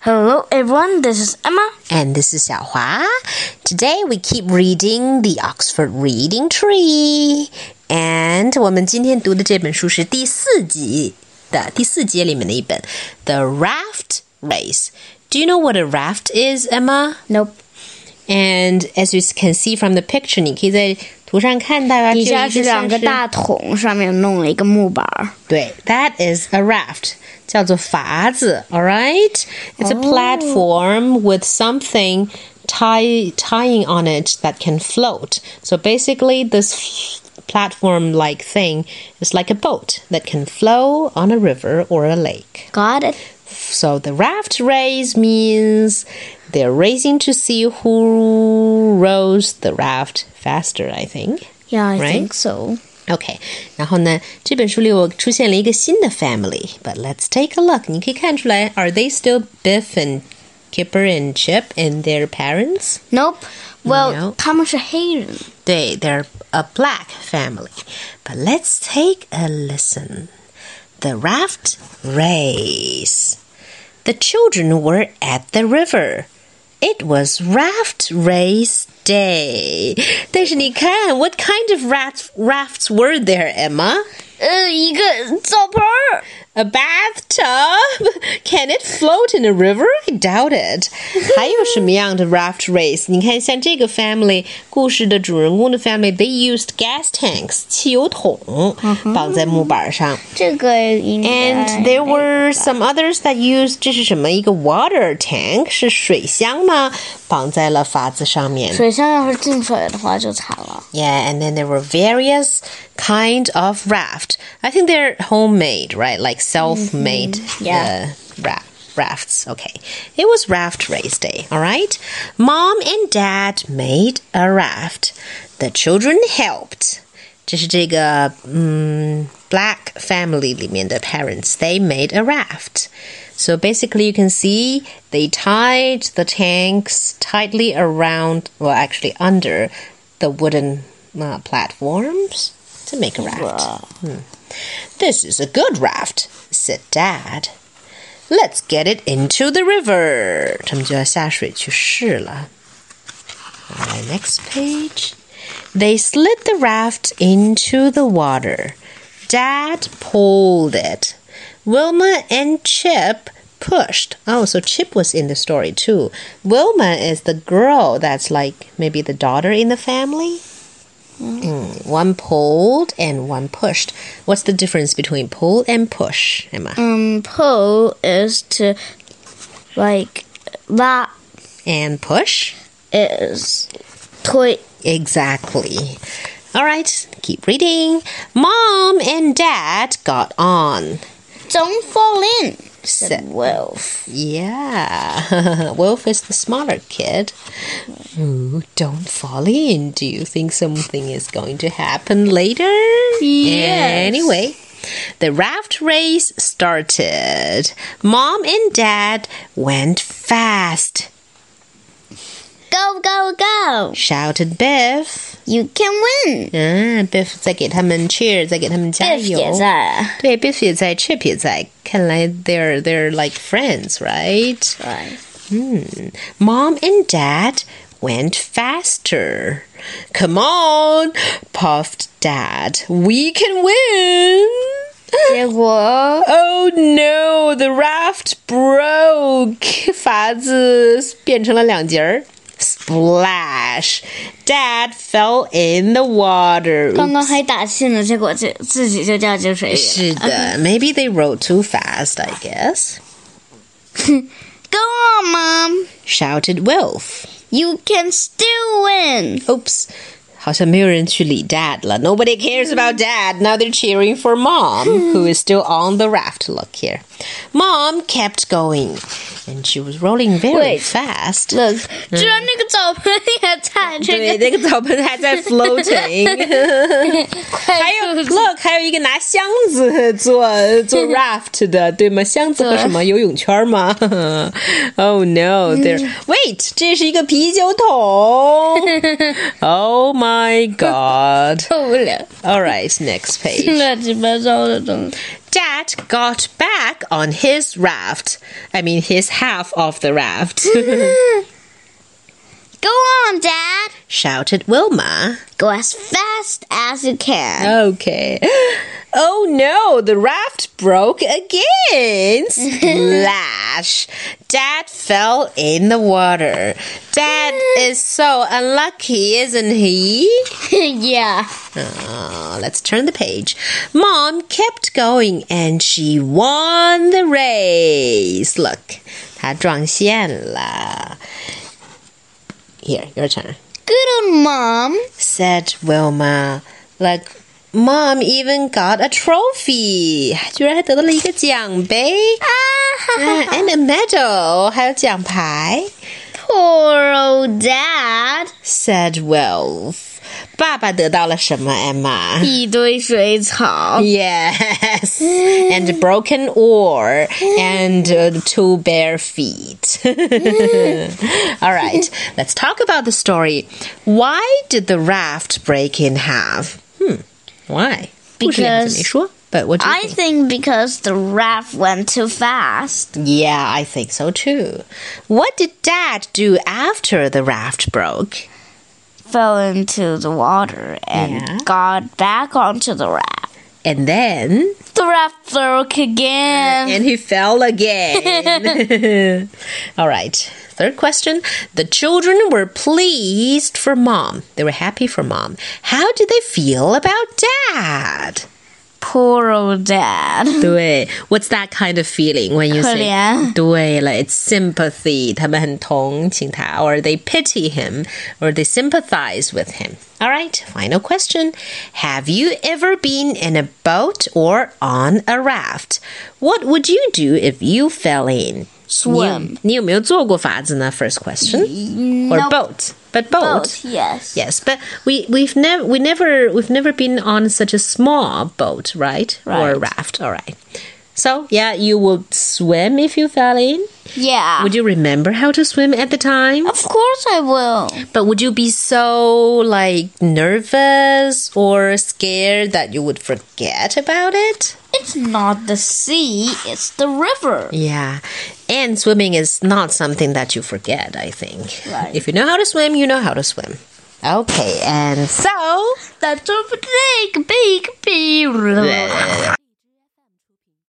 Hello everyone, this is Emma. And this is Xiaohua. Today we keep reading the Oxford Reading Tree. And 我们今天读的这本书是第四集的第四节里面的一本《The Raft Race》。Do you know what a raft is, Emma? Nope. And as you can see from the picture，你可以在图上看到啊，底这有下一个是两个像是大桶，上面弄了一个木板儿。对，that is a raft，叫做筏子。All right, it's a platform with something tie tying on it that can float. So basically, this platform-like thing is like a boat that can flow on a river or a lake. Got it. So the raft race means they're racing to see who rows the raft faster. I think. Yeah, I Right? think so. OK，然后呢，这本书里我出现了一个新的 family，but let's take a look。你可以看出来，Are they still Biff and Kipper and Chip and their parents？ Nope. Well, Nope. 他们是黑人。对，they're a black family。But let's take a listen. The raft race. The children were at the river. It was raft race day. 但是你看，What kind of raft rafts were there, Emma? 呃，一个澡盆儿。 A bathtub? Can it float in a river? I doubt it. 还有什么样的 raft race？你看，像这个 family 故事的主人公的 family，they used gas tanks 汽油桶绑在木板上。这个应该。 And there were some others that used 这是什么？一个 water tank 是水箱吗？绑在了筏子上面。水箱要是进水的话就惨了。 Yeah, and then there were various kind of raft. I think they're homemade, right? Like self-made yeah. uh, ra- rafts. Okay. It was raft race day, all right? Mom and dad made a raft. The children helped. 这是这个嗯 mm, black family 里面的 parents. They made a raft. So basically, you can see they tied the tanks tightly around, well, actually under the wooden uh, platforms to make a raft. Hmm. This is a good raft," said Dad. "Let's get it into the river." 他们就要下水去试了。Uh, next page. They slid the raft into the water. Dad pulled it. Wilma and Chip pushed. Oh, so Chip was in the story too. Wilma is the girl that's like maybe the daughter in the family. Mm, one pulled and one pushed. What's the difference between pull and push, Emma? Um, pull is to like that And push? is 推 Exactly. All right, keep reading. Mom and Dad got on. Don't fall in, said Said- Wolf. Yeah, Wolf is the smaller kid. Ooh, don't fall in. Do you think something is going to happen later? Yes. Anyway, the raft race started. Mom and Dad went fast, Go, go, go! shouted Biff. You can win! 嗯，Biff 在给他们 cheer，在给他们加 Biff 油。也在。对，Biff 也在，Chip 也在。看来 they're they're like friends, right? Mom and Dad went faster. Come on, puffed Dad. We can win. 结果 Oh no, the raft broke. 筏子变成了两截儿。Splash! Dad fell in the water. 刚刚还打气呢，结果就自己就掉进水里。是的，Maybe they rode too fast, I guess. Go on, mom! Shouted Wilf. You can still win! Oops. 好像没有人去理 dad Nobody cares about dad. Now they're cheering for mom, who is still on the raft. Look here. Mom kept going, and she was rolling Wait. very fast. Look，居然那个澡盆也在这个， 对，那个澡盆还在 floating。快 速 look，还有一个拿箱子做做 raft 的，对吗？箱子和什么游泳圈吗？Oh no! There. Wait, 这是一个啤酒桶。Oh my god! 受不了， All right, next page. 乱七八糟的东西。 Dad got back on his raft. I mean, his half of the raft, Go on, Dad. shouted Wilma. Go as fast as you can. Okay. Oh no, the raft broke again. Splash. Dad fell in the water. Dad is so unlucky, isn't he? yeah. Oh, let's turn the page. Mom kept going and she won the race. Look, 她撞线了. Here, your turn Good on Mom. said Wilma. Like, mom even got a trophy. 居然还得到了一个奖杯 Uh, Ah. and a medal, 还有奖牌. Poor old Dad. Said Wilf. 爸爸得到了什么 Emma? 一堆水草。 Yes, and a broken oar and uh, two bare feet. All right, let's talk about the story. Why did the raft break in half? Hmm, why? Because- 不是两次没说, But what do you I think think? because the raft went too fast. Yeah, I think so too. What did Dad do after the raft broke? Fell into the water and Yeah. got back onto the raft. And then, The raft broke again. and he fell again. All right. Third question. The children were pleased for mom. They were happy for mom. How did they feel about dad? Poor old Dad. 对, what's that kind of feeling when you say 可怜。对了, it's sympathy. 他们很同情他, or they pity him, or they sympathize with him. All right, final question. Have you ever been in a boat or on a raft? What would you do if you fell in? Swim. 你有没有做过筏子呢? First question. Or nope. boat. But boat. Both, yes. Yes, but we we've never we never we've never been on such a small boat, right? Or Right. raft. All right. So yeah, you would swim if you fell in. Yeah. Would you remember how to swim at the time? of course I will. But would you be so like nervous or scared that you would forget about it? It's not the sea, it's the river. Yeah. And swimming is not something that you forget, I think. Right. If you know how to swim, you know how to swim. Okay, and so That's a big, big, big river.